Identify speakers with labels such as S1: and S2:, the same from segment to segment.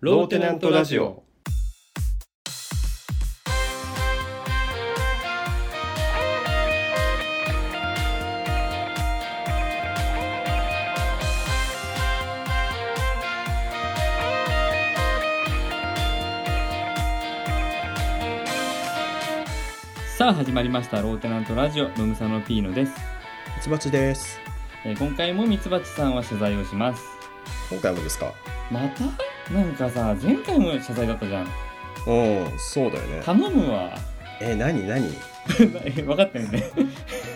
S1: ローテナントラジオ。
S2: さあ始まりましたローテナントラジオムムサノピーノです、
S3: ミツバチです。
S2: えー今回もミツバチさんは謝罪をします
S3: 今回もですか
S2: またなんかさ前回も謝罪だったじゃん
S3: うん、そうだよね。
S2: 頼むわ
S3: え、なになに
S2: 分かったよね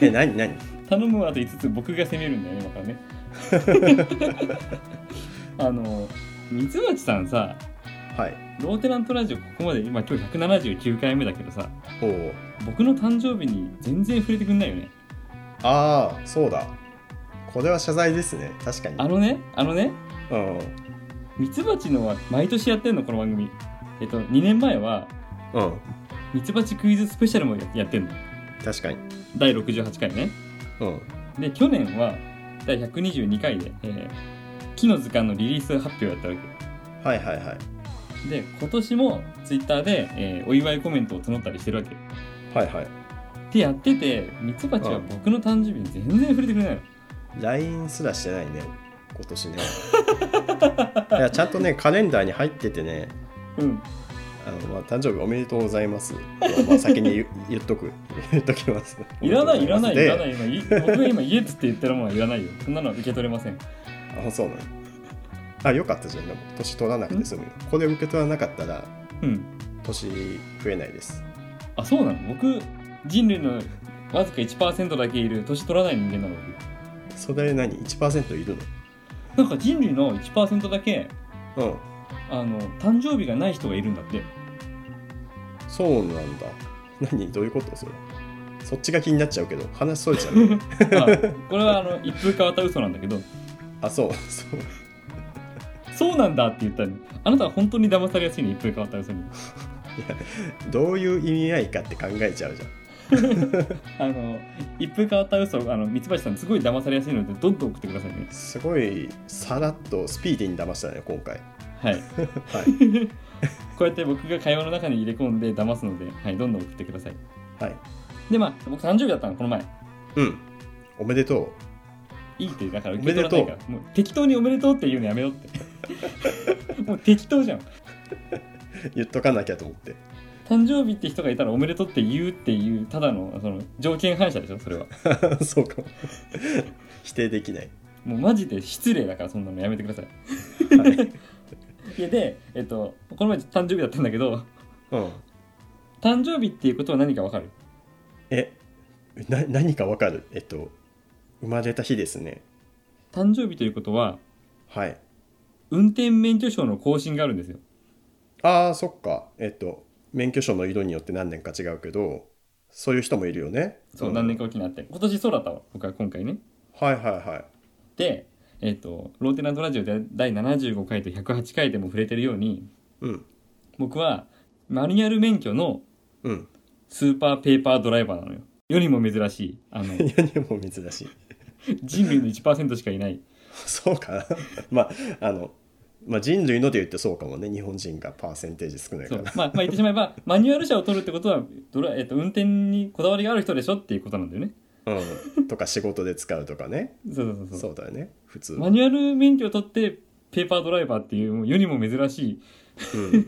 S3: え、なになに
S2: 頼むわと言いつつ僕が責めるんだよね今からねあのミツバチさんさ
S3: はい。
S2: ローテナントラジオここまで今今日179回目だけどさ
S3: おう
S2: 僕の誕生日に全然触れてくんないよね
S3: ああ、そうだ。これは謝罪ですね。確かに。
S2: あのねあのね
S3: うん。
S2: ミツバチのは毎年やってんのこの番組えっと2年前は
S3: うん。
S2: ミツバチクイズスペシャルもやってんの
S3: 確かに。
S2: 第68回ね
S3: うん。
S2: で去年は第122回で、えー木の図鑑のリリース発表やったわけ
S3: はいはいはい。
S2: で今年もツイッターで、えーお祝いコメントを募ったりしてるわけ
S3: はいはい。
S2: でやっててミツバチは僕の誕生日に全然触れてくれないの
S3: LINE すらしてないね。今 年ね。いや、ちゃんとね、カレンダーに入っててね、
S2: うん
S3: あのまあ、誕生日おめでとうございます。まあ、先に言う言っとく。言っときます。
S2: いらないいらないい
S3: で
S2: らない今い僕が今家っつって言ってるものはいらないよそんなのは受け取れません
S3: あそうなのあよかったじゃんでも年取らなくて済むよこれ受け取らなかったら
S2: うん
S3: 年増えないです
S2: あそうなの僕人類のわずか1%だけいる年取らない人間なの
S3: それ何 ?1% いる
S2: 僕なんか人類の1%だけ
S3: のうん
S2: あの誕生日がない人がいるんだって
S3: そうなんだ何どういうことそれそっちが気になっちゃうけど話それちゃう
S2: まあこれはあの一風変わった嘘なんだけど
S3: あそうそう
S2: そうなんだって言ったらあなたは本当に騙されやすいね一風変わった嘘に
S3: どういう意味合いかって考えちゃうじゃ
S2: あの一風変わった嘘あの三橋さんすごい騙されやすいのでどんどん送ってくださいね
S3: んすごいさらっとスピーディーに騙したね今回
S2: はい
S3: はい、
S2: こうやって僕が会話の中に入れ込んで騙すので、はい、どんどん送ってください
S3: はい、
S2: でまあ僕誕生日だったのこの前
S3: うんおめでと
S2: いいってだから受け取らないからもう適当におめでとうって言うのやめようって もう適当じゃん
S3: う言っとかなきゃと思って
S2: 誕生日って人がいたらおめでとうって言うっていうただのその条件反射でしょそれは
S3: そうかも否定できない、
S2: もうマジで失礼だからそんなのやめてください
S3: はい、
S2: いやで、えっと、この前誕生日だったんだけど
S3: うん
S2: 誕生日っていうことは何かわかる
S3: えな何かわかるえっと生まれた日ですね
S2: 誕生日ということは
S3: はい
S2: 運転免許証の更新があるんですよ
S3: あーそっかえっと免許証の色によって何年か違うけどそういう人もいるよね
S2: そう、
S3: ん
S2: 何年かおきになって今年そうだったわ僕は今回ね
S3: はいはいはい
S2: でえっとローテナントラジオで第75回と108回でも触れてるように
S3: うん
S2: 僕はマニュアル免許の
S3: うん
S2: スーパーペーパードライバーなのよ世にも珍しいあの
S3: 世にも珍しい
S2: 人類の1%しかいない
S3: そうかな まああの、まあ、人類ので言ってそうかもね日本人がパーセンテージ少ない
S2: そ
S3: か
S2: う
S3: ら
S2: まあまあ言ってしまえばマニュアル車を取るってことはドラ、えっと、運転にこだわりがある人でしょっていうことなんだよね
S3: う、ん、とか仕事で使うとかね
S2: そうそうそうそう
S3: そうだよね普通、
S2: マニュアル免許を取ってペーパードライバーっていうもう世にも珍しい
S3: うん、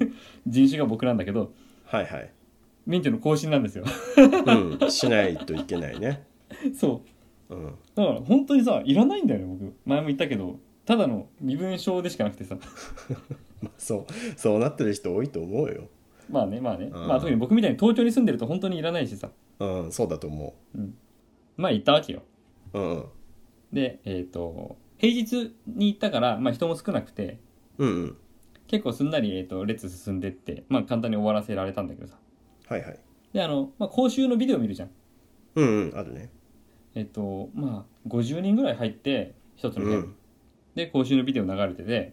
S2: 人種が僕なんだけど
S3: はいはい、
S2: 免許の更新なんですよ
S3: うん、しないといけないね
S2: そ
S3: うん
S2: うだから本当にさいらないんだよね僕前も言ったけどただの身分証でしかなくてさ
S3: まあそうそうなってる人多いと思うよ
S2: まあねまあね、
S3: うん
S2: まあ特に僕みたいに東京に住んでると本当にいらないしさ
S3: うんそうだと思
S2: まあ行ったわけよ
S3: ううんうん
S2: でえっ、と平日に行ったから、まあ、人も少なくて
S3: うんうん
S2: 結構すんなり、えー、と列進んでって、まあ、簡単に終わらせられたんだけどさ
S3: はいはい
S2: であの、まあ、講習のビデオ見るじゃん
S3: うんうんあるね
S2: えっとまあ50人ぐらい入って一つの部屋、
S3: うん
S2: で講習のビデオ流れてて、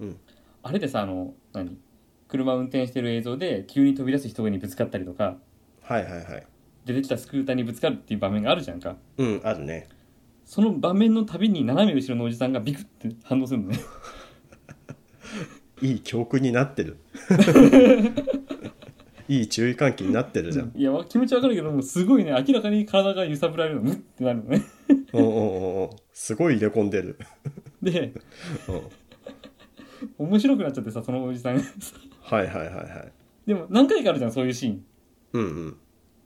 S3: うん
S2: あれでさあの何車運転してる映像で急に飛び出す人にぶつかったりとか
S3: はいはいはい
S2: 出てきたスクーターにぶつかるっていう場面があるじゃんか
S3: うんあるね
S2: その場面のたびに斜め後ろのおじさんがビクって反応するのね
S3: いい教訓になって るいい注意喚起になってるじゃ ん、
S2: いやわ気持ちわかるけどもうすごいね明らかに体が揺さぶられるのうんってなるのね
S3: うんうんうんうんすごい入れ込んでる、
S2: で
S3: うん、
S2: 面白くなっちゃってさそのおじさん
S3: はいはいはいはい
S2: でも何回かあるじゃんそういうシーン
S3: うんうん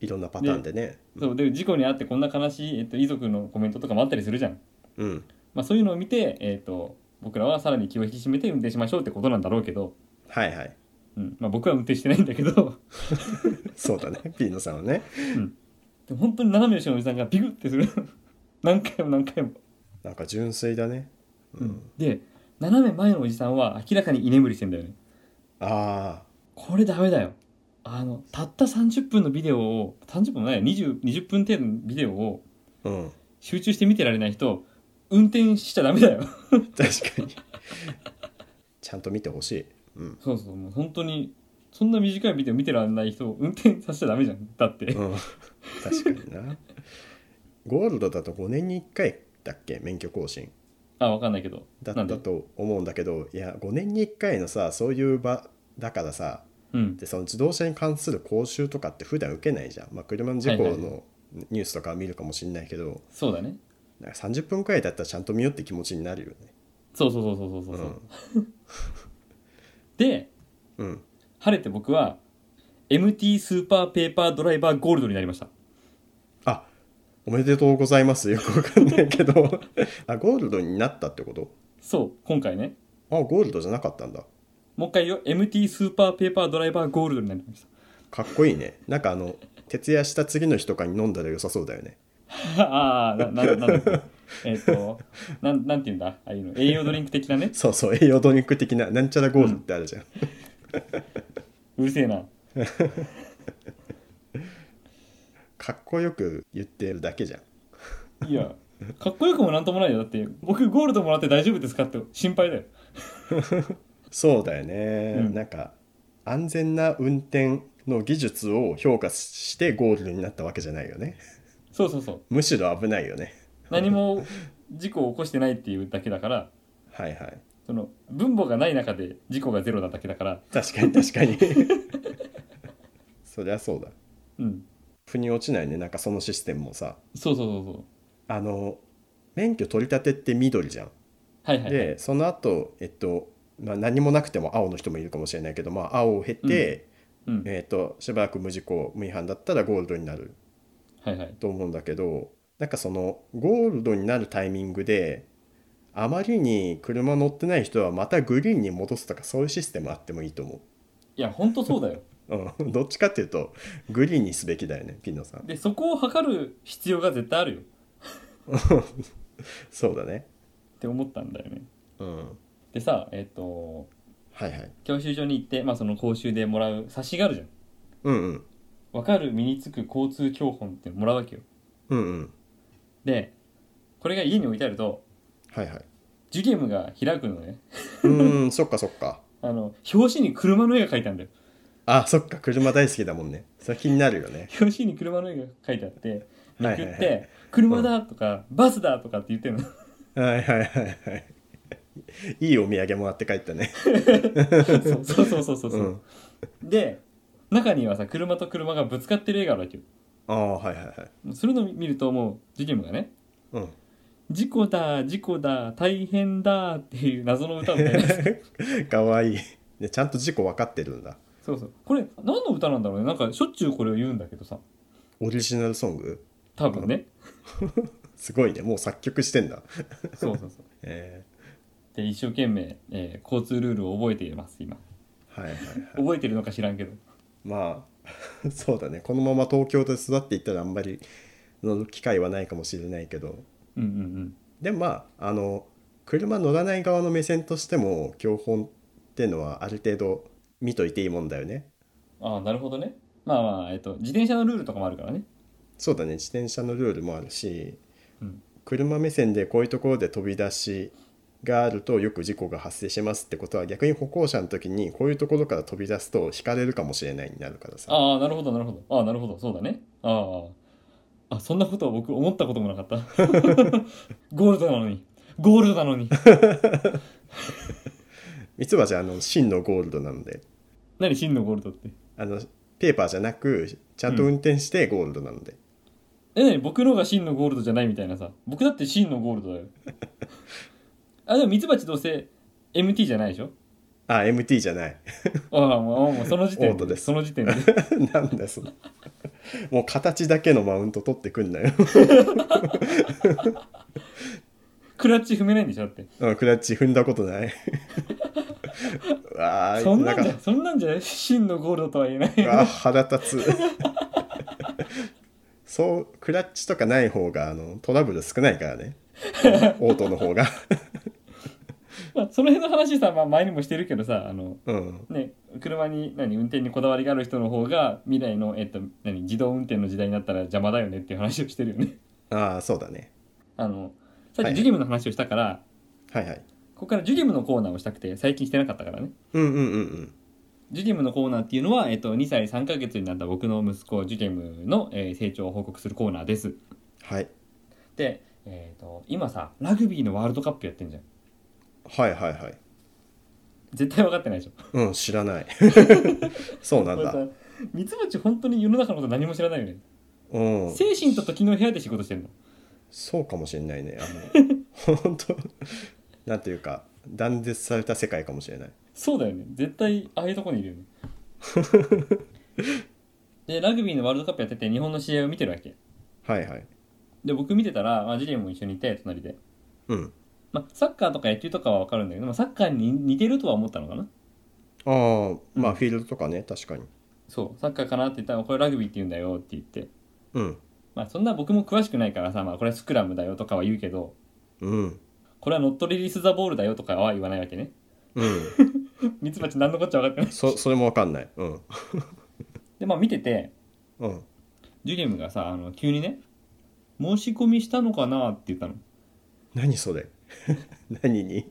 S3: いろんなパターンでね
S2: そうで事故に遭ってこんな悲しい、えっと、遺族のコメントとかもあったりするじゃん、
S3: うん
S2: まあ、そういうのを見て、えっと、僕らはさらに気を引き締めて運転しましょうってことなんだろうけど、
S3: はいはい
S2: うんまあ、僕は運転してないんだけど
S3: そうだねピーノさんはね
S2: でも本当に斜め後ろのおじさんがビクってする 何回も何回も、
S3: なんか純粋だね、うん、
S2: で斜め前のおじさんは明らかに居眠りしてんだよね
S3: あ
S2: これダメだよあのたった30分のビデオを30分もないよ 20, 20分程度のビデオを
S3: あうん
S2: 集中して見てられない人運転しちゃダメだよ
S3: 確かにちゃんと見てほしい、うん
S2: そうそうもう本当にそんな短いビデオ見てられない人を運転させちゃダメじゃんだって、
S3: うん、確かになゴールドだと5年に1回だっけ免許更新
S2: あわかんないけど
S3: だ
S2: な
S3: っ
S2: んで
S3: たと思うんだけどいや5年に1回のさそういう場だからさ
S2: うん
S3: でその自動車に関する講習とかって普段受けないじゃん、まあ、車の事故のニュースとかは見るかもしれないけど、
S2: そうだね
S3: なんか30分くらいだったらちゃんと見ようって気持ちになるよね
S2: そうそうそうそうそうそう、
S3: うん
S2: で
S3: うん
S2: 晴れて僕は MT スーパーペーパードライバーゴールドになりました
S3: あおめでとうございますよくわかんない けどあゴールドになったってこと
S2: そう今回ね
S3: あゴールドじゃなかったんだ
S2: もう一回言うよ MT スーパーペーパードライバーゴールドになりました
S3: かっこいいねなんかあの徹夜した次の日とかに飲んだら良さそうだよね
S2: ああ、な、な、なんだっけえっ、と、なん、なんていうんだ、ああいうの、栄養ドリンク的なね。
S3: そうそう栄養ドリンク的ななんちゃらゴールドってあるじゃん、
S2: うるせえな。
S3: かっこよく言ってるだけじゃん
S2: いや、かっこよくもなんともないよ。だって、僕ゴールドもらって大丈夫ですかって心配だよ。
S3: そうだよね、
S2: うん
S3: なんか安全な運転の技術を評価してゴールドになったわけじゃないよね
S2: そうそうそう。
S3: むしろ危ないよね
S2: 何も事故を起こしてないっていうだけだから、
S3: はいはい
S2: その、分母がない中で事故がゼロなだけだから、
S3: 確かに確かにそりゃそうだ
S2: うん。
S3: 腑に落ちないねなんかそのシステムもさ
S2: そうそうそうそう。
S3: あの免許取り立てって緑じゃん
S2: はいはい。
S3: でその後えっと、まあ、何もなくても青の人もいるかもしれないけど、まあ、青を経て、
S2: うん。
S3: えっとしばらく無事故無違反だったらゴールドになる
S2: はいはい。
S3: と思うんだけどなんかそのゴールドになるタイミングであまりに車乗ってない人はまたグリーンに戻すとかそういうシステムあってもいいと思
S2: いや、ほんとそう だよ。
S3: う、うん、どっちかっていうとグリーンにすべきだよねピノさん
S2: で、そこを測る必要が絶対あるよ。
S3: そうだね
S2: って思ったんだよね。
S3: うん
S2: でさ、えっ、と、
S3: はいはい
S2: 教習所に行って、まあ、その講習でもらう冊子があるじゃん
S3: うんうん
S2: わかる身につく交通教本ってもらうわけよ
S3: うんうん
S2: でこれが家に置いてあると
S3: はいはい
S2: ジュゲームが開くのね
S3: うーんそっかそっか
S2: あの表紙に車の絵が描いてあるんだよ
S3: あそっか車大好きだもんねそれ気になるよね
S2: 表紙に車の絵が描いてあってめ
S3: はい
S2: くっ
S3: はいはい
S2: て「車だ」とか「バスだ」とかって言ってるの
S3: はいはいはいはいいいお土産もらって帰ったね
S2: そうそうそうそうそう
S3: う
S2: そうんで中にはさ車と車がぶつかってる絵があるわけよ
S3: ああはいはいはい
S2: もうそれの見るともうジュゲームがね
S3: うん
S2: 「事故だ事故だ大変だ」っていう謎の歌を歌います
S3: かわいい、ね、ちゃんと事故分かってるんだ
S2: そうそうこれ何の歌なんだろうねなんかしょっちゅうこれを言うんだけどさ
S3: オリジナルソング
S2: 多分ね
S3: すごいねもう作曲してんだ
S2: そうそうそう
S3: え
S2: で一生懸命、えー交通ルールを覚えています今
S3: ーはいはいはい
S2: 覚えてるのか知らんけど
S3: まあ そうだねこのまま東京で育っていったらあんまり乗る機会はないかもしれないけど
S2: うんうんうん
S3: でもまああの車乗らない側の目線としても教本ってのはある程度見といていいもんだよね
S2: ああなるほどねまあまあ、えっと自転車のルールとかもあるからね
S3: そうだね自転車のルールもあるし、
S2: うん
S3: 車目線でこういうところで飛び出しがあるとよく事故が発生しますってことは逆に歩行者の時にこういうところから飛び出すと引かれるかもしれないになるからさ
S2: ああなるほどなるほどああなるほどそうだねあああそんなことは僕思ったこともなかった ゴールドなのにゴールドなのに
S3: 実はじゃああの真のゴールドなので
S2: 何真のゴールドって
S3: あのペーパーじゃなくちゃんと運転してゴールドなので、
S2: え何僕のが真のゴールドじゃないみたいなさ僕だって真のゴールドだよ あでもミツバチどうせ MT じゃないでしょ
S3: あ MT じゃない
S2: ああもうもうその時
S3: オ
S2: 点
S3: ートです
S2: その時点で
S3: なんだよそのもう形だけのマウント取ってくんなよ、
S2: クラッチ踏めないんでしょだって
S3: うん、クラッチ踏んだことない うわあ
S2: そんなんじ
S3: か
S2: ゃそんなんじゃ真のゴールドとは言えないう
S3: わあ腹立つそうクラッチとかない方があのトラブル少ないからねオートの方が
S2: まあ、その辺の話さ、まあ、前にもしてるけどさあの、
S3: うん
S2: ね、車に何運転にこだわりがある人の方が未来の、えっと、何自動運転の時代になったら邪魔だよねっていう話をしてるよね。
S3: ああそうだね
S2: あのさっ
S3: は
S2: き
S3: い
S2: ジュリムの話をしたから、
S3: はいはい
S2: ここからジュリムのコーナーをしたくて最近してなかったからね。
S3: うんうんうんうん
S2: ジュリムのコーナーっていうのは、えっと、2歳3ヶ月になった僕の息子ジュリムの、えー成長を報告するコーナーです。
S3: はい
S2: で、えっと今さラグビーのワールドカップやってんじゃん。
S3: はいはいはい
S2: 絶対分かってないでしょ。
S3: うん知らない そうなんだ
S2: これさミツバチ本当に世の中のこと何も知らないよね。
S3: うん
S2: 精神と時の部屋で仕事してるの。
S3: そうかもしれないねあの本当なんていうか断絶された世界かもしれない
S2: そうだよね絶対ああいうとこにいるよね でラグビーのワールドカップやってて日本の試合を見てるわけ
S3: はいはい
S2: で僕見てたら、まあ、ジュリアンも一緒にいて隣で、
S3: うん
S2: まあ、サッカーとか野球とかは分かるんだけど、まあ、サッカーに似てるとは思ったのかな
S3: ああまあフィールドとかね確かに
S2: そうサッカーかなって言ったらこれラグビーって言うんだよって言って
S3: うん
S2: まあそんな僕も詳しくないからさ、まあ、これはスクラムだよとかは言うけど
S3: うん
S2: これはノットリリース・ザ・ボールだよとかは言わないわけね
S3: うん
S2: ミツバチ何のこっちゃ分かってない
S3: そそれもわかんないうん
S2: でまあ見てて
S3: うん
S2: ジュリアムがさあの急にね申し込みしたのかなって言ったの
S3: 何それ 何に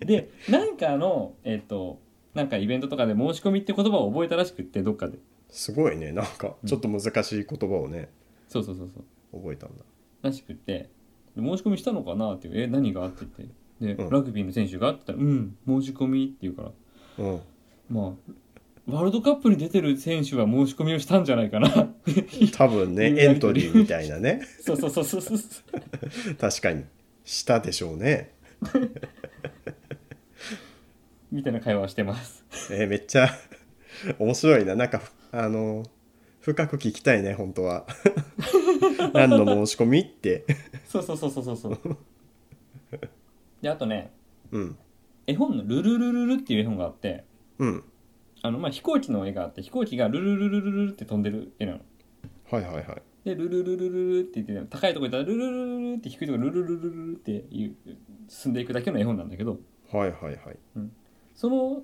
S2: でなんかのえっ、となんかイベントとかで申し込みって言葉を覚えたらしくってどっかです
S3: ごいねなんかちょっと難しい言葉をね
S2: そうそうそうそう
S3: 覚えたんだ
S2: らしくってで申し込みしたのかなっていう「え何が?」って言ってで、
S3: うん
S2: ラグビーの選手がって言ったら「うん申し込み」って言うから
S3: うん
S2: まあワールドカップに出てる選手は申し込みをしたんじゃないかな
S3: 多分ね
S2: うん
S3: エントリーみたいなね
S2: そうそうそうそうそうそ
S3: 確かにしたでしょうね
S2: うみたいな会話をしてます
S3: えーめっちゃ 面白いななんかあの深く聞きたいね本当は 何の申し込みって
S2: そうそうそうそうそうそうであとね
S3: うん
S2: 絵本の「ルルルルル」っていう絵本があって
S3: うん
S2: あのまあ飛行機の絵があって飛行機が「ルルルルルルル」って飛んでる絵なの
S3: はいはいはい
S2: で、ルルルルルルって言って、高いとこ行ったら、ルルルルルルって低いとこルルルルルルっていう進んでいくだけの絵本なんだけど、
S3: はいはいはい
S2: その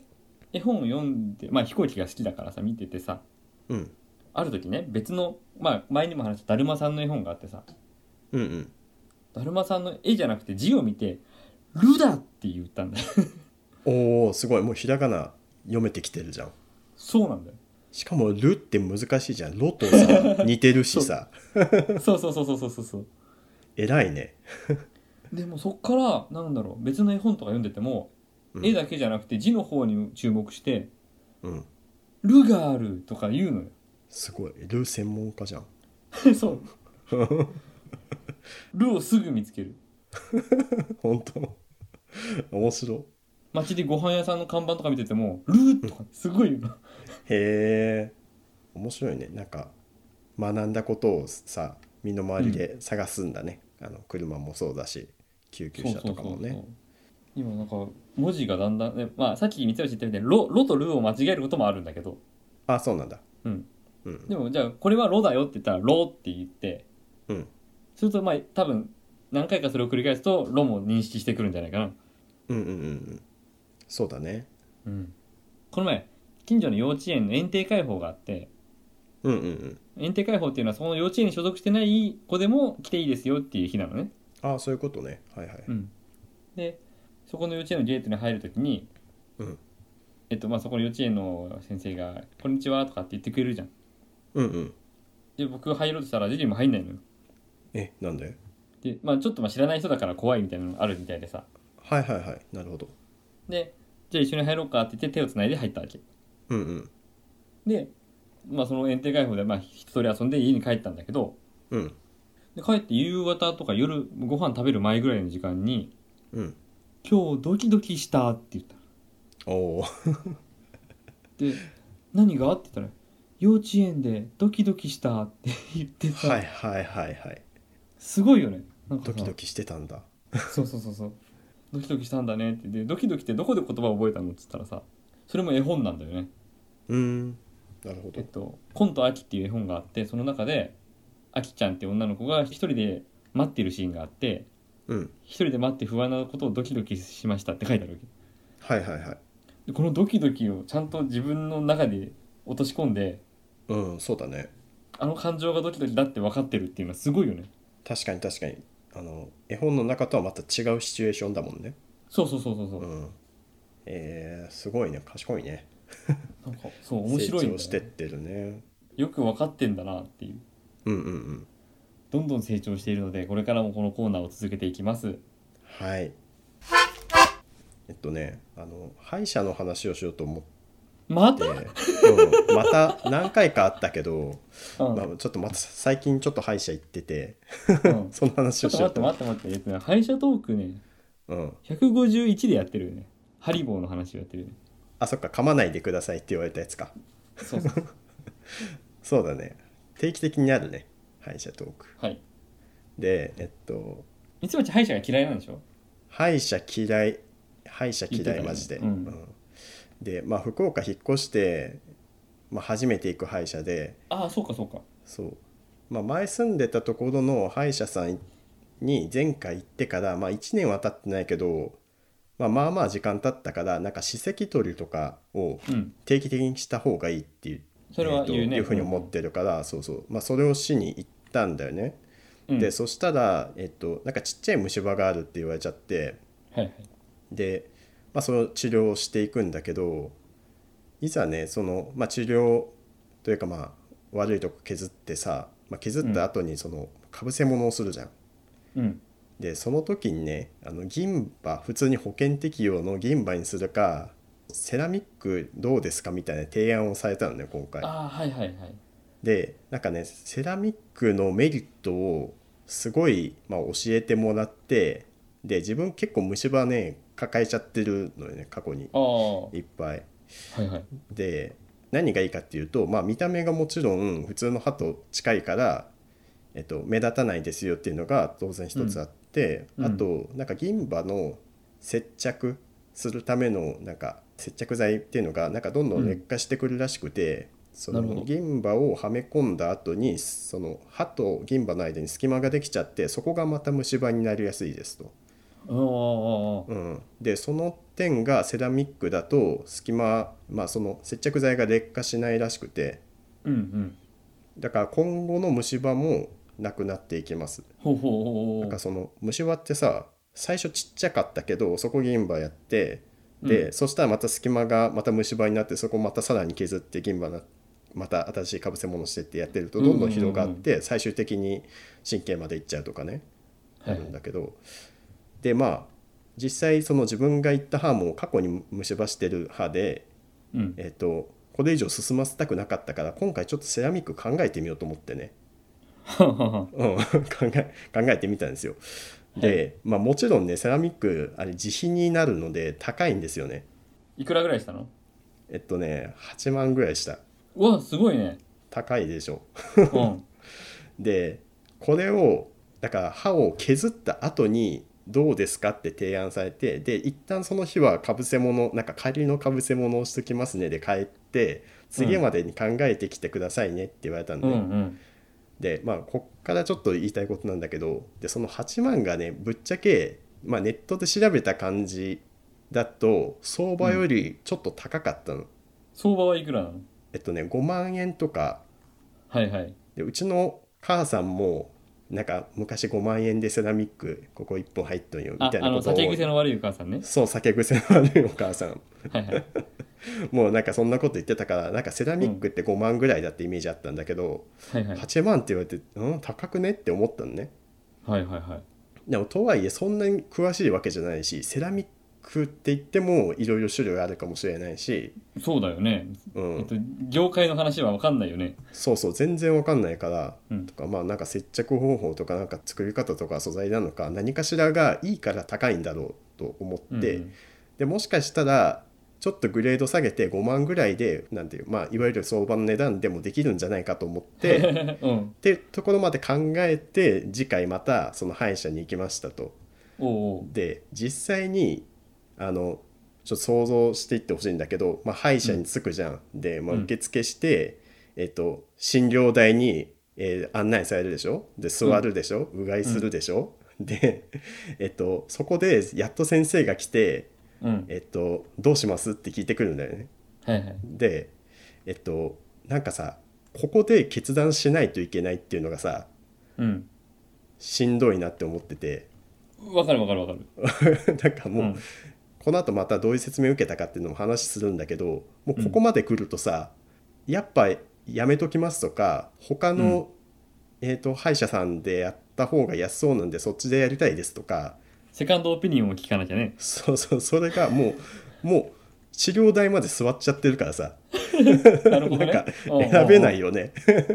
S2: 絵本を読んで、まあ飛行機が好きだからさ、見ててさ、
S3: うん
S2: ある時ね、別の、まあ前にも話しただるまさんの絵本があってさ、
S3: うんうん
S2: だるまさんの絵じゃなくて字を見て、ルだって言ったんだよ。
S3: おおすごいもうひらがな読めてきてるじゃん
S2: そうなんだよ。
S3: しかも「る」って難しいじゃん「ろ」とさ似てるしさ
S2: そうそうそうそうそうそうそう。
S3: 偉いね
S2: でもそっから、なんだろう、別の絵本とか読んでても、
S3: うん
S2: 絵だけじゃなくて字の方に注目して、
S3: うん
S2: ルがあるとか言うのよ。
S3: すごい「る」専門家じゃん
S2: そう。ルをすぐ見つける。
S3: 本当面白
S2: 街でご飯屋さんの看板とか見てても、ルーとかすごいよな。
S3: へえ面白いねなんか学んだことをさ身の回りで探すんだね、あの車もそうだし救急車とかもね。
S2: 今なんか文字がだんだん、ね、まあさっき三橋言ったみたいに、ロ、ロとルを間違えることもあるんだけど、
S3: あそうなんだ
S2: うん。
S3: うん
S2: でもじゃあこれはロだよって言ったら、ロって言って、
S3: うん
S2: するとまあ多分何回かそれを繰り返すと、ロも認識してくるんじゃないかな。
S3: うんうんうんうんそうだね
S2: うん。この前、近所の幼稚園の園庭開放があって、
S3: うんうんうん
S2: 園庭開放っていうのはその幼稚園に所属してない子でも来ていいですよっていう日なのね。
S3: あそういうことねはいはい、
S2: うん、でそこの幼稚園のゲートに入るときに、
S3: うん
S2: えっとまあ、そこの幼稚園の先生が「こんにちは」とかって言ってくれるじゃん
S3: うんうん
S2: で僕が入ろうとしたらジュリーも入んないのよ
S3: えなんで
S2: で、まあ、ちょっとまあ知らない人だから怖いみたいなのがあるみたいでさ
S3: はいはいはいなるほど
S2: でじゃあ一緒に入ろうかって言って手をつないで入ったわけ
S3: うんうん
S2: で、まあ、その園庭開放でまあ一通り遊んで家に帰ったんだけど
S3: うん
S2: で帰って夕方とか夜ご飯食べる前ぐらいの時間に
S3: うん
S2: 「今日ドキドキした」って言った
S3: お お
S2: で「何が?」って言ったら「幼稚園でドキドキした」って言ってさ、
S3: はいはいはいはい
S2: すごいよねなんかさ
S3: ドキドキしてたんだ
S2: そうそうそうそうドキドキしたんだねってでドキドキってどこで言葉を覚えたのっつったらさそれも絵本なんだよね
S3: うんなるほ
S2: えっ
S3: ど
S2: と「コントアキ」っていう絵本があってその中でアキちゃんって女の子が一人で待ってるシーンがあって
S3: うん
S2: 一人で待って不安なことをドキドキしましたって書いてあるわけ
S3: はいはいはい
S2: でこのドキドキをちゃんと自分の中で落とし込んで
S3: うんそうだね
S2: あの感情がドキドキだって分かってるっていうのはすごいよね
S3: 確かに確かにあの絵本の中とはまた違うシチュエーションだもんね
S2: そうそうそうそうそうう、
S3: んえー、すごいね賢いね
S2: なんかそう面白いんだよね
S3: 成長してってるね
S2: よく分かってんだなっていう
S3: うんうんうん
S2: どんどん成長しているのでこれからもこのコーナーを続けていきます
S3: はいえっとねあの歯医者の話をしようと思っ
S2: ま
S3: て、
S2: た、
S3: うん、また何回かあったけど、
S2: うん
S3: まあ、ちょっとまた最近ちょっと歯医者行ってて
S2: うん
S3: その
S2: ち
S3: 話
S2: ょ
S3: を
S2: っと
S3: し
S2: 待っ
S3: よう
S2: て
S3: と思っ
S2: 待って待って、えっとね、歯医者トークね
S3: て、うん、
S2: 151でやってるよねハリボーの話をやってるよね
S3: あそっか噛まないでくださいって言われたやつか
S2: そうそう
S3: そうだね定期的にあるね歯医者トーク
S2: はい
S3: でえっと
S2: ミツバチ歯医者が嫌いなんでしょ
S3: 歯医者嫌い歯医者
S2: 言っ
S3: 嫌
S2: て
S3: い
S2: たね
S3: マジで、
S2: うん
S3: でまあ福岡引っ越して、まあ、初めて行く歯医者で
S2: ああそうかそうか
S3: そう、まあ、前住んでたところの歯医者さんに前回行ってから、まあ、1年は経ってないけど、まあ、まあまあ時間経ったからなんか歯石取りとかを
S2: うん
S3: 定期的にした方がいいっていう
S2: それは言うね、
S3: えーというふうに思ってるから、そうそう、まあ、それをしに行ったんだよね、
S2: うん
S3: でそしたら、えっと、なんかちっちゃい虫歯があるって言われちゃって
S2: はいはい
S3: で、まあ、その治療をしていくんだけどいざねその、まあ、治療というかまあ悪いとこ削ってさ、まあ、削った後にそのかぶせ物をするじゃん。
S2: うん
S3: でその時にねあの銀歯普通に保険適用の銀歯にするかセラミックどうですかみたいな提案をされたのね今回。
S2: ああはいはいはい
S3: でなんかねセラミックのメリットをすごい、まあ、教えてもらってで自分結構虫歯ね抱えちゃってるのよね過去に
S2: ああはい
S3: っぱい。
S2: いはい
S3: で何がいいかっていうと、まあ、見た目がもちろん普通の歯と近いから、えっと、目立たないですよっていうのが当然一つあって、
S2: うん
S3: あとなんか銀歯の接着するためのなんか接着剤っていうのがなんかどんどん劣化してくるらしくて、そ
S2: なるほ
S3: の
S2: ど
S3: 銀歯をはめ込んだ後にその歯と銀歯の間に隙間ができちゃってそこがまた虫歯になりやすいですと。
S2: ああああああ
S3: うん、でその点がセラミックだと隙間、まあ、その接着剤が劣化しないらしくて
S2: うんうん
S3: だから今後の虫歯もなくなっていきます
S2: ほうほうほう
S3: なん
S2: ほ
S3: か
S2: う
S3: その虫歯ってさ最初ちっちゃかったけどそこ銀歯やってで、
S2: うん
S3: そしたらまた隙間がまた虫歯になってそこまたさらに削って銀歯がまた新しいかぶせ物してってやってるとどんどん広がって、最終的に神経までいっちゃうとかね、あ
S2: はい
S3: るんだけど、でまあ実際その自分が行った歯も過去に虫歯してる歯で、
S2: うん
S3: えっとこれ以上進ませたくなかったから今回ちょっとセラミック考えてみようと思ってね、
S2: ははは
S3: うん、 考え考えてみたんですよ。で、まあ、もちろんねセラミックあれ自費になるので高いんですよね。
S2: い くらぐらいしたの
S3: えっとね8万ぐらいした
S2: うわすごいね
S3: 高いでしょ。
S2: うん
S3: でこれをだから歯を削った後にどうですかって提案されてで一旦その日はかぶせ物なんか仮のかぶせ物をしときますねで帰って次までに考えてきてくださいねって言われたんで、
S2: うんうん
S3: でまあこっからちょっと言いたいことなんだけどでその8万がねぶっちゃけ、まあ、ネットで調べた感じだと相場よりちょっと高かったの、
S2: 相場はいくらなの
S3: えっとね5万円とか
S2: はいはい
S3: でうちの母さんもなんか昔5万円でセラミックここ1本入っとんよみ
S2: あ
S3: たい
S2: あ
S3: なこ
S2: の
S3: とを
S2: 酒癖の悪いお母さんね
S3: そう酒癖の悪いお母さん
S2: はいはい
S3: もうなんかそんなこと言ってたからなんかセラミックって5万ぐらいだってイメージあったんだけど、
S2: はいはい
S3: 8万って言われてうん高くねって思ったのね
S2: はいはいはい
S3: でもとはいえそんなに詳しいわけじゃないしセラミックって言ってもいろいろ種類あるかもしれないし、
S2: そうだよね、
S3: う
S2: えっ
S3: ん、
S2: と、業界の話は分かんないよね
S3: そうそう全然わかんないから、
S2: うん
S3: とかまあなんか接着方法とかなんか作り方とか素材なのか何かしらがいいから高いんだろうと思って、
S2: うん
S3: でもしかしたらちょっとグレード下げて5万ぐらいでなんていうまあいわゆる相場の値段でもできるんじゃないかと思 って。
S2: うんうん
S3: ってところまで考えて次回またその歯医者に行きましたと。
S2: おうおう
S3: で実際にあのちょっと想像していってほしいんだけど、まあ、歯医者に着くじゃん。で、まあ、
S2: うん
S3: 受付して、えっと、診療台に、えー案内されるでしょで座るでしょ、うがいするでしょ、で、えっと、そこでやっと先生が来て、
S2: うん
S3: えっと「どうします?」って聞いてくるんだよね。
S2: はいはい
S3: でえっとなんかさここで決断しないといけないっていうのがさ
S2: うん
S3: しんどいなって思ってて
S2: 分かる分かる分かる
S3: なんかもう、
S2: うん
S3: この後またどういう説明を受けたかっていうのも話するんだけどもうここまで来るとさ、やっぱやめときますとか他の、えー、と歯医者さんでやった方が安そうなんでそっちでやりたいですとか
S2: セカンドオピニオンを聞かなきゃね
S3: そうそうそれがもうもう治療台まで座っちゃってるからさ
S2: なるほど ね
S3: なんか選べない
S2: よ
S3: よね。
S2: はいはいは
S3: そうそ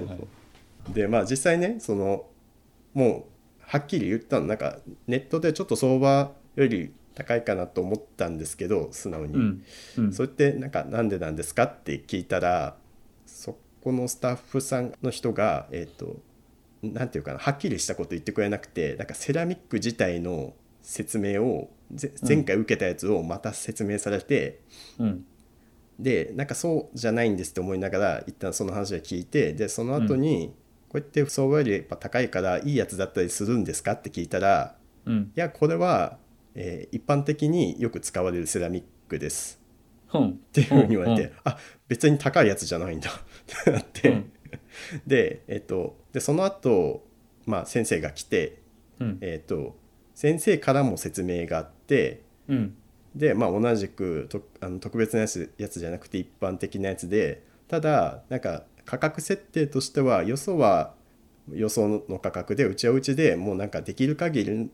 S3: う
S2: い
S3: そうでまあ実際ねそのもうはっきり言ったのなんかネットでちょっと相場より高いかなと思ったんですけど素直に、
S2: うんうん
S3: それってなんかなんでなんですかって聞いたらそこのスタッフさんの人がえっ、となんていうかなはっきりしたこと言ってくれなくてなんかセラミック自体の説明をぜ前回受けたやつをまた説明されて、
S2: うん
S3: でなんかそうじゃないんですって思いながら一旦その話を聞いてでその後に、こうやって相場よりやっぱ高いからいいやつだったりするんですかって聞いたら
S2: うん
S3: いやこれは、えー一般的によく使われるセラミックです
S2: うん
S3: っていうふうに言われて、
S2: うん
S3: あ別に高いやつじゃないんだ ってなって、
S2: うん
S3: で,、えっとでその後、まあ先生が来て、
S2: うん
S3: えっと先生からも説明があって
S2: うん
S3: で、まあ、同じくとあの特別なやつやつじゃなくて一般的なやつでただなんか価格設定としてはよそは予想の価格でうちはうちでもうなんかできる限り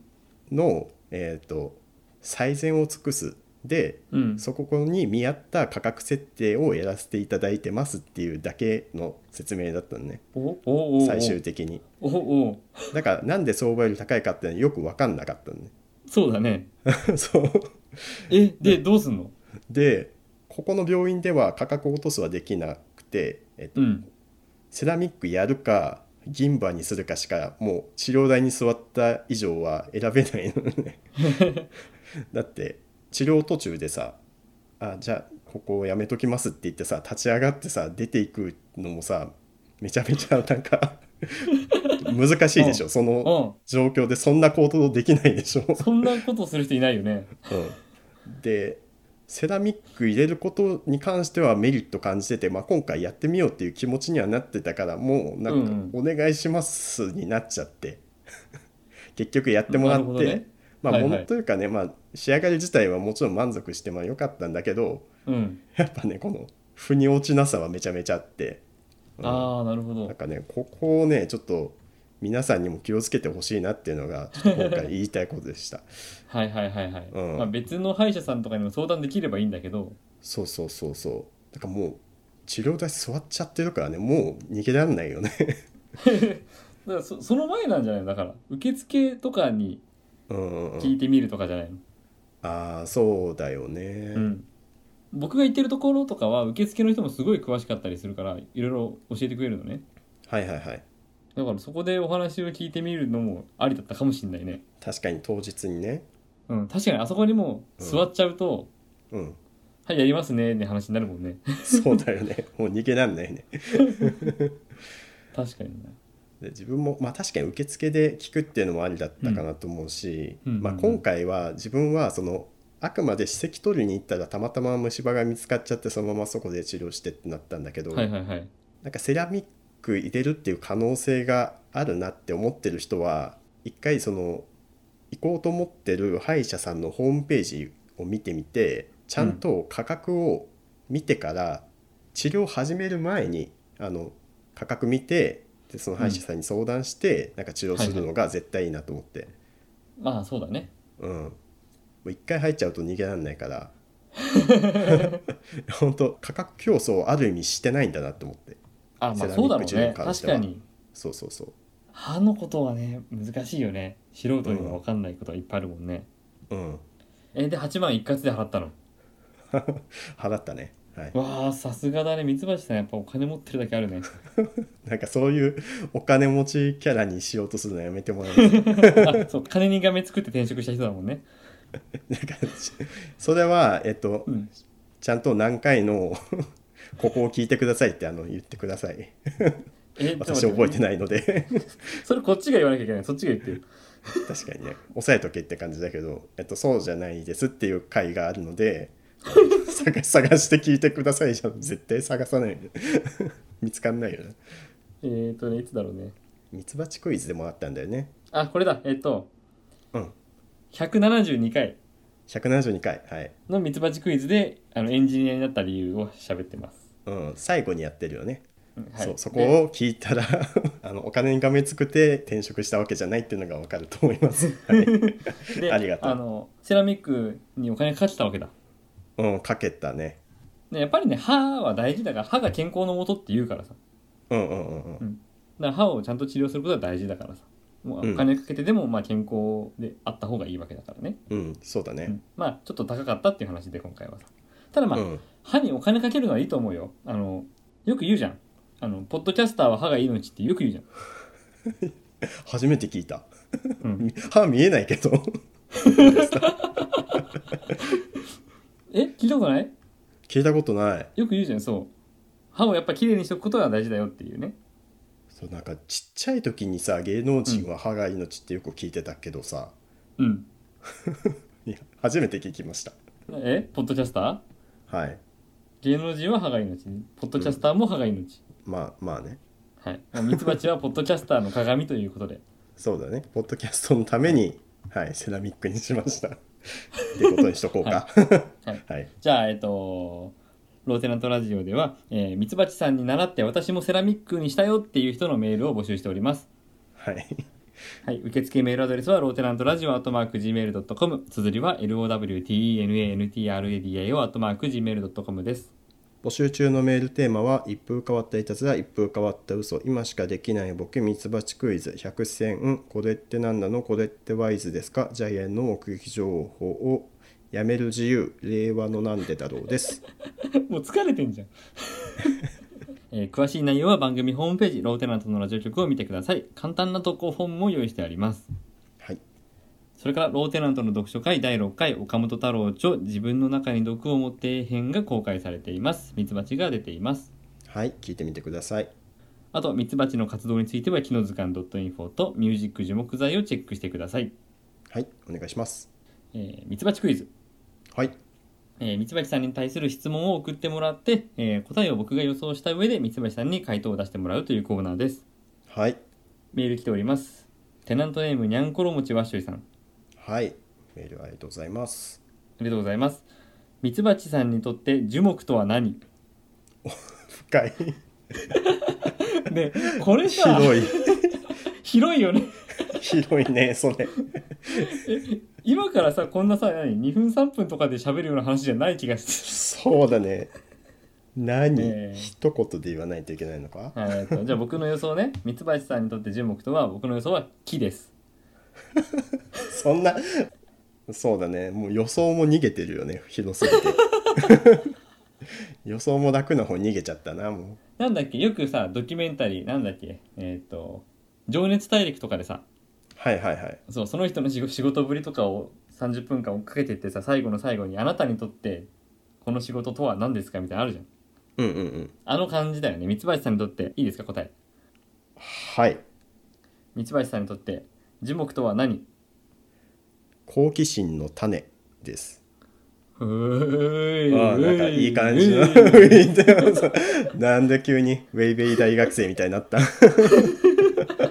S3: の、えー、と最善を尽くすで
S2: うん
S3: そこに見合った価格設定をやらせていただいてますっていうだけの説明だったのね
S2: おおおお
S3: 最終的に
S2: おお
S3: だからなんで相場より高いかってのはよく分かんなかったのね
S2: そうだね
S3: そう
S2: えでどうすんの
S3: でここの病院では価格落とすはできなくて、えっと
S2: うん
S3: セラミックやるか銀歯にするかしかもう治療台に座った以上は選べないの ねだって治療途中でさあじゃあここをやめときますって言ってさ立ち上がってさ出ていくのもさめちゃめちゃなん か難しいでしょその
S2: うん
S3: 状況でそんな行動できないでしょ
S2: そんなことする人いないよね
S3: うんでセラミック入れることに関してはメリット感じてて、まあ、今回やってみようっていう気持ちにはなってたからもうな
S2: うん
S3: か「お願いします」になっちゃって、 結局やってもらっ
S2: なるほど
S3: て、
S2: ね
S3: まあ
S2: はいはい
S3: ものというかね、まあ、仕上がり自体はもちろん満足してまあ良かったんだけど
S2: うん
S3: やっぱねこの腑に落ちなさはめちゃめちゃあって、うん
S2: ああなるほど
S3: なんかねここをねちょっと皆さんにも気をつけてほしいなっていうのがちょっと今回言いたいことでした。
S2: はいはいはいはい、
S3: うん
S2: まあ、別の歯医者さんとかにも相談できればいいんだけど
S3: そうそうそうそうだからもう治療台座っちゃってるからねもう逃げらんないよ ね
S2: だからそその前なんじゃないのだから受付とかに
S3: うんうん、う
S2: 聞
S3: ん、
S2: いてみるとかじゃないの、
S3: ああそうだよね、
S2: うん僕が行ってるところとかは受付の人もすごい詳しかったりするからいろいろ教えてくれるのね
S3: はいはいはい
S2: だからそこでお話を聞いてみるのもありだったかもしれないね
S3: 確かに当日にね
S2: うん確かにあそこにもう座っちゃうと、
S3: うん
S2: はいやりますねって話になるもんね
S3: そうだよねもう逃げらんないね
S2: 確かにね
S3: で自分もまあ確かに受付で聞くっていうのもありだったかなと思うし、
S2: うんうん
S3: まあ、今回は自分はそのあくまで歯石取りに行ったらたまたま虫歯が見つかっちゃってそのままそこで治療してってなったんだけど、
S2: はいはいはい
S3: なんかセラミック入れるっていう可能性があるなって思ってる人は一回その行こうと思ってる歯医者さんのホームページを見てみてちゃんと価格を見てから治療を始める前にあの価格見てでその歯医者さんに相談してなんか治療するのが絶対いいなと思って、
S2: まあそうだね
S3: うんう一回入っちゃうと逃げられないから本当価格競争をある意味してないんだなって思って
S2: あまあ
S3: セラミック
S2: そうだろう
S3: ジェル
S2: ね
S3: に関
S2: 確
S3: しては
S2: かに
S3: そうそうそう
S2: 歯のことはね難しいよね素人には分かんないことはいっぱいあるもんね、
S3: うん
S2: えで8万一括で払ったの
S3: 払ったねはい
S2: わあさすがだねミツバチさんやっぱお金持ってるだけある ね
S3: なんかそういうお金持ちキャラにしようとするのやめてもらえます
S2: あそう金にがめ作って転職した人だもんね
S3: なんかそれはえっと
S2: うん
S3: ちゃんと何回の ここを聞いてくださいってあの言ってください
S2: え
S3: 私覚えて
S2: い
S3: ないので
S2: それこっちが言わなきゃいけないそっちが言ってる
S3: 確かにね押さえとけって感じだけど、えっと、そうじゃないですっていう回があるので探探して聞いてくださいじゃん絶対探さない よね見つかんないよね
S2: えー、とねいつだろうね
S3: ミツバチクイズでもあったんだよね
S2: あこれだえっ、と
S3: うん
S2: 172回
S3: 172回はい、
S2: のミツバチクイズであのエンジニアになった理由を喋ってます、
S3: うん、最後にやってるよね
S2: うんはい
S3: そうそこを聞いたら あのお金にがめつくて転職したわけじゃないっていうのが分かると思 います。はい、
S2: でで
S3: ありがとう
S2: のセラミックにお金かかってたわけだ
S3: うんかけたね。
S2: ねやっぱりね歯は大事だから歯が健康のもとって言うからさだか
S3: うんうんうんうん。
S2: ら歯をちゃんと治療することは大事だからさもうお金かけてでもまあ健康であった方がいいわけだからね、
S3: うんそうだ
S2: う
S3: ね。
S2: んまあちょっと高かったっていう話で今回はさただまあ、
S3: うん
S2: 歯にお金かけるのはいいと思うよあのよく言うじゃんあのポッドキャスターは歯が命ってよく言うじゃん
S3: 初めて聞いた。
S2: う
S3: 歯見えないけど
S2: え聞いたことない
S3: 聞いたことない。
S2: よく言うじゃんそう歯をやっぱ綺麗にしとくことが大事だよっていうね
S3: そうなんかちっちゃい時にさ芸能人は歯が命ってよく聞いてたけどさ、
S2: うん
S3: いや初めて聞きました。
S2: えポッドキャスター
S3: はい
S2: 芸能人は歯が命ポッドキャスターも歯が命、
S3: まあまあね
S2: はいもうミツバチはポッドキャスターの鏡ということで
S3: そうだねポッドキャストのためにはいセラミックにしました。ってことにしとこう
S2: は
S3: か。
S2: い
S3: はい
S2: じゃあえっとローテナントラジオでは、えーミツバチさんに習って私もセラミックにしたよっていう人のメールを募集しております
S3: はい
S2: はい、受付メールアドレスはローテナントラジオアットマーク Gmail.com 綴りは LOWTENANTRADIO アットマーク Gmail.com です
S3: 募集中のメールテーマは一風変わったいたずら一風変わった嘘今しかできないボケミツバチクイズ100選これって何なのこれってワイズですかジャイアンの目撃情報をやめる自由令和のなんでだろうです
S2: もう疲れてんじゃん、 えー詳しい内容は番組ホームページローテナントのラジオ局を見てください簡単な投稿フォームも用意してあります
S3: はい
S2: それからローテナントの読書会第6回岡本太郎著自分の中に毒を持って編が公開されていますミツバチが出ています
S3: はい聞いてみてください
S2: あとミツバチの活動については木の図鑑 .info とミュージック樹木材をチェックしてください
S3: はいお願いします
S2: えーミツバチクイズ、
S3: はい
S2: えーミツバチさんに対する質問を送ってもらって、えー答えを僕が予想した上でミツバチさんに回答を出してもらうというコーナーです
S3: はい
S2: メール来ておりますテナントネームにゃんころもちわっしょいさんあ
S3: はいメールありがとうございます
S2: りがとうございますミツバチさんにとって樹木とは何
S3: 深い
S2: でこれさ広い
S3: 広い
S2: よね
S3: 広いねそれ
S2: 今からさこんなさ何2分3分とかで喋るような話じゃない気がして
S3: そうだね何、
S2: えー
S3: 一言で言わないといけないのか
S2: はいえっとじゃあ僕の予想ねミツバチさんにとって樹木とは僕の予想は木です
S3: そんなそうだねもう予想も逃げてるよね広すぎて 予想も楽な方逃げちゃったなも
S2: なんだっけよくさドキュメンタリーなんだっけえっ、と「情熱大陸」とかでさ
S3: うはいはいはい
S2: そうその人の仕仕事ぶりとかを30分間追っかけてってさ最後の最後に「あなたにとってこの仕事とは何ですか?」みたいなのあるじゃん
S3: うんうんうん
S2: あの感じだよね三橋さんにとっていいですか答え
S3: はい
S2: 三橋さんにとって樹木とは何
S3: 好奇心の種です
S2: ふーい
S3: ああなんかいい感じの
S2: うーい
S3: なんで急にウェイウェイ大学生みたいになった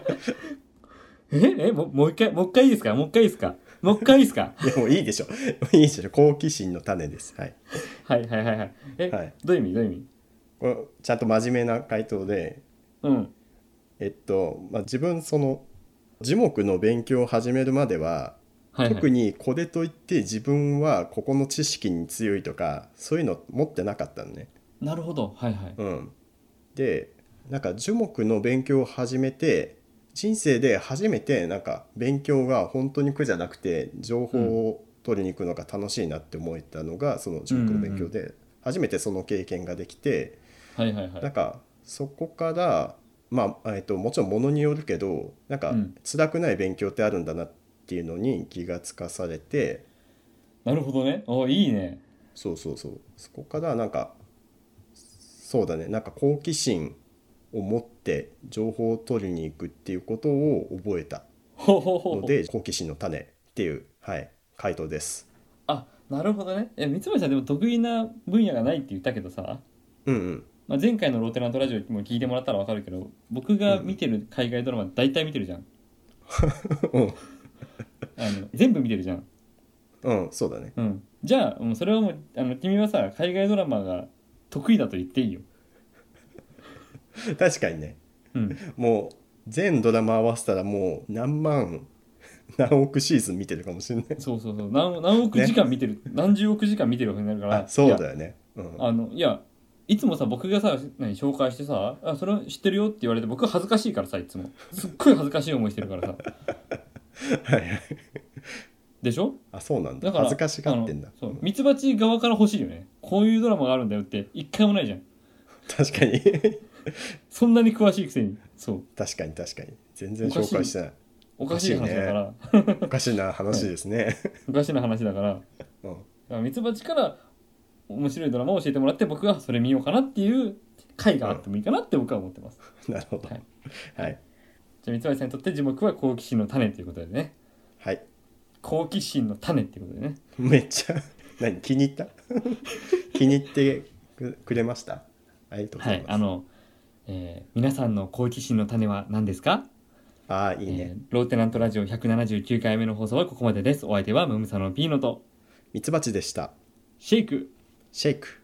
S2: ええももう一回もう一回いいですかもう一回いいですかもう一回いいですか
S3: でもいいでしょいいでしょ好奇心の種ですはい
S2: はいはいはいはいえ、
S3: はい
S2: どういう意味どういう意味
S3: これちゃんと真面目な回答で
S2: うん
S3: えっと、まあ、自分その樹木の勉強を始めるまでは
S2: はいは
S3: 特
S2: い
S3: にこれといって自分はここの知識に強いとかそういうの持ってなかったのね。
S2: なるほどはいはい
S3: うん、でなんか樹木の勉強を始めて人生で初めてなんか勉強が本当に苦じゃなくて情報を取りに行くのが楽しいなって思えたのがその樹木の勉強で初めてその経験ができて
S2: はいはいは
S3: なん
S2: い
S3: かそこからまあ、えっと、もちろんものによるけどなんか
S2: うん
S3: 辛くない勉強ってあるんだなっていうのに気がつかされて。
S2: なるほどねおいいね
S3: そうそうそうそこからなんかそうだねなんか好奇心を持って情報を取りに行くっていうことを覚えた
S2: ほうほうほう
S3: の
S2: ほう
S3: で好奇心の種っていう、はい、回答です
S2: あなるほどねえ三橋さんでも得意な分野がないって言ったけどさ、
S3: うんうん
S2: まあ、前回のローテナントラジオも聞いてもらったらわかるけど僕が見てる海外ドラマ大体見てるじゃ ん
S3: う
S2: あ
S3: ん
S2: の全部見てるじゃん
S3: うんそうだね
S2: うんじゃあもうそれはもうあの君はさ海外ドラマが得意だと言っていいよ
S3: 確かにね
S2: うん
S3: もう全ドラマ合わせたらもう何万 何億シーズン見てるかもしれない
S2: そうそうそう何何億時間見てる、何十億時間見てるわけになるから
S3: あそう
S2: いや
S3: だよねうん
S2: あのいやいつもさ僕がさ何紹介してさあ「それ知ってるよ」って言われて僕は恥ずかしいからさいつもすっごい恥ずかしい思いしてるからさ
S3: はいはい
S2: でしょ
S3: あそうなんだ
S2: だから
S3: 恥ずかしがってんだ
S2: あのそうミツバチ側から欲しいよねこういうドラマがあるんだよって一回もないじゃん
S3: 確かに
S2: そんなに詳しいくせにそう
S3: 確かに確かに全然紹介してない
S2: おかしい話だから
S3: おかしな話です ね。
S2: おかしな話だから
S3: う
S2: だ
S3: ん、
S2: からミツバチから面白いドラマを教えてもらって僕はそれ見ようかなっていう回があってもいいかなって僕は思ってます、
S3: なるほど。
S2: は
S3: はいい。はい。
S2: じゃあ三橋さんにとって樹木は好奇心の種ということでね好奇心の種っていうことでね
S3: めっちゃ、何、気に入った 気に入ってくくれましたありがとうご
S2: は
S3: ざい
S2: い
S3: ます。
S2: あの、えー皆さんの好奇心の種は何ですか
S3: ああ、いいね
S2: え。ーローテナントラジオ179回目の放送はここまでですお相手はムムサノピーノと
S3: ミツバチでした。
S2: シェイク
S3: シェイク。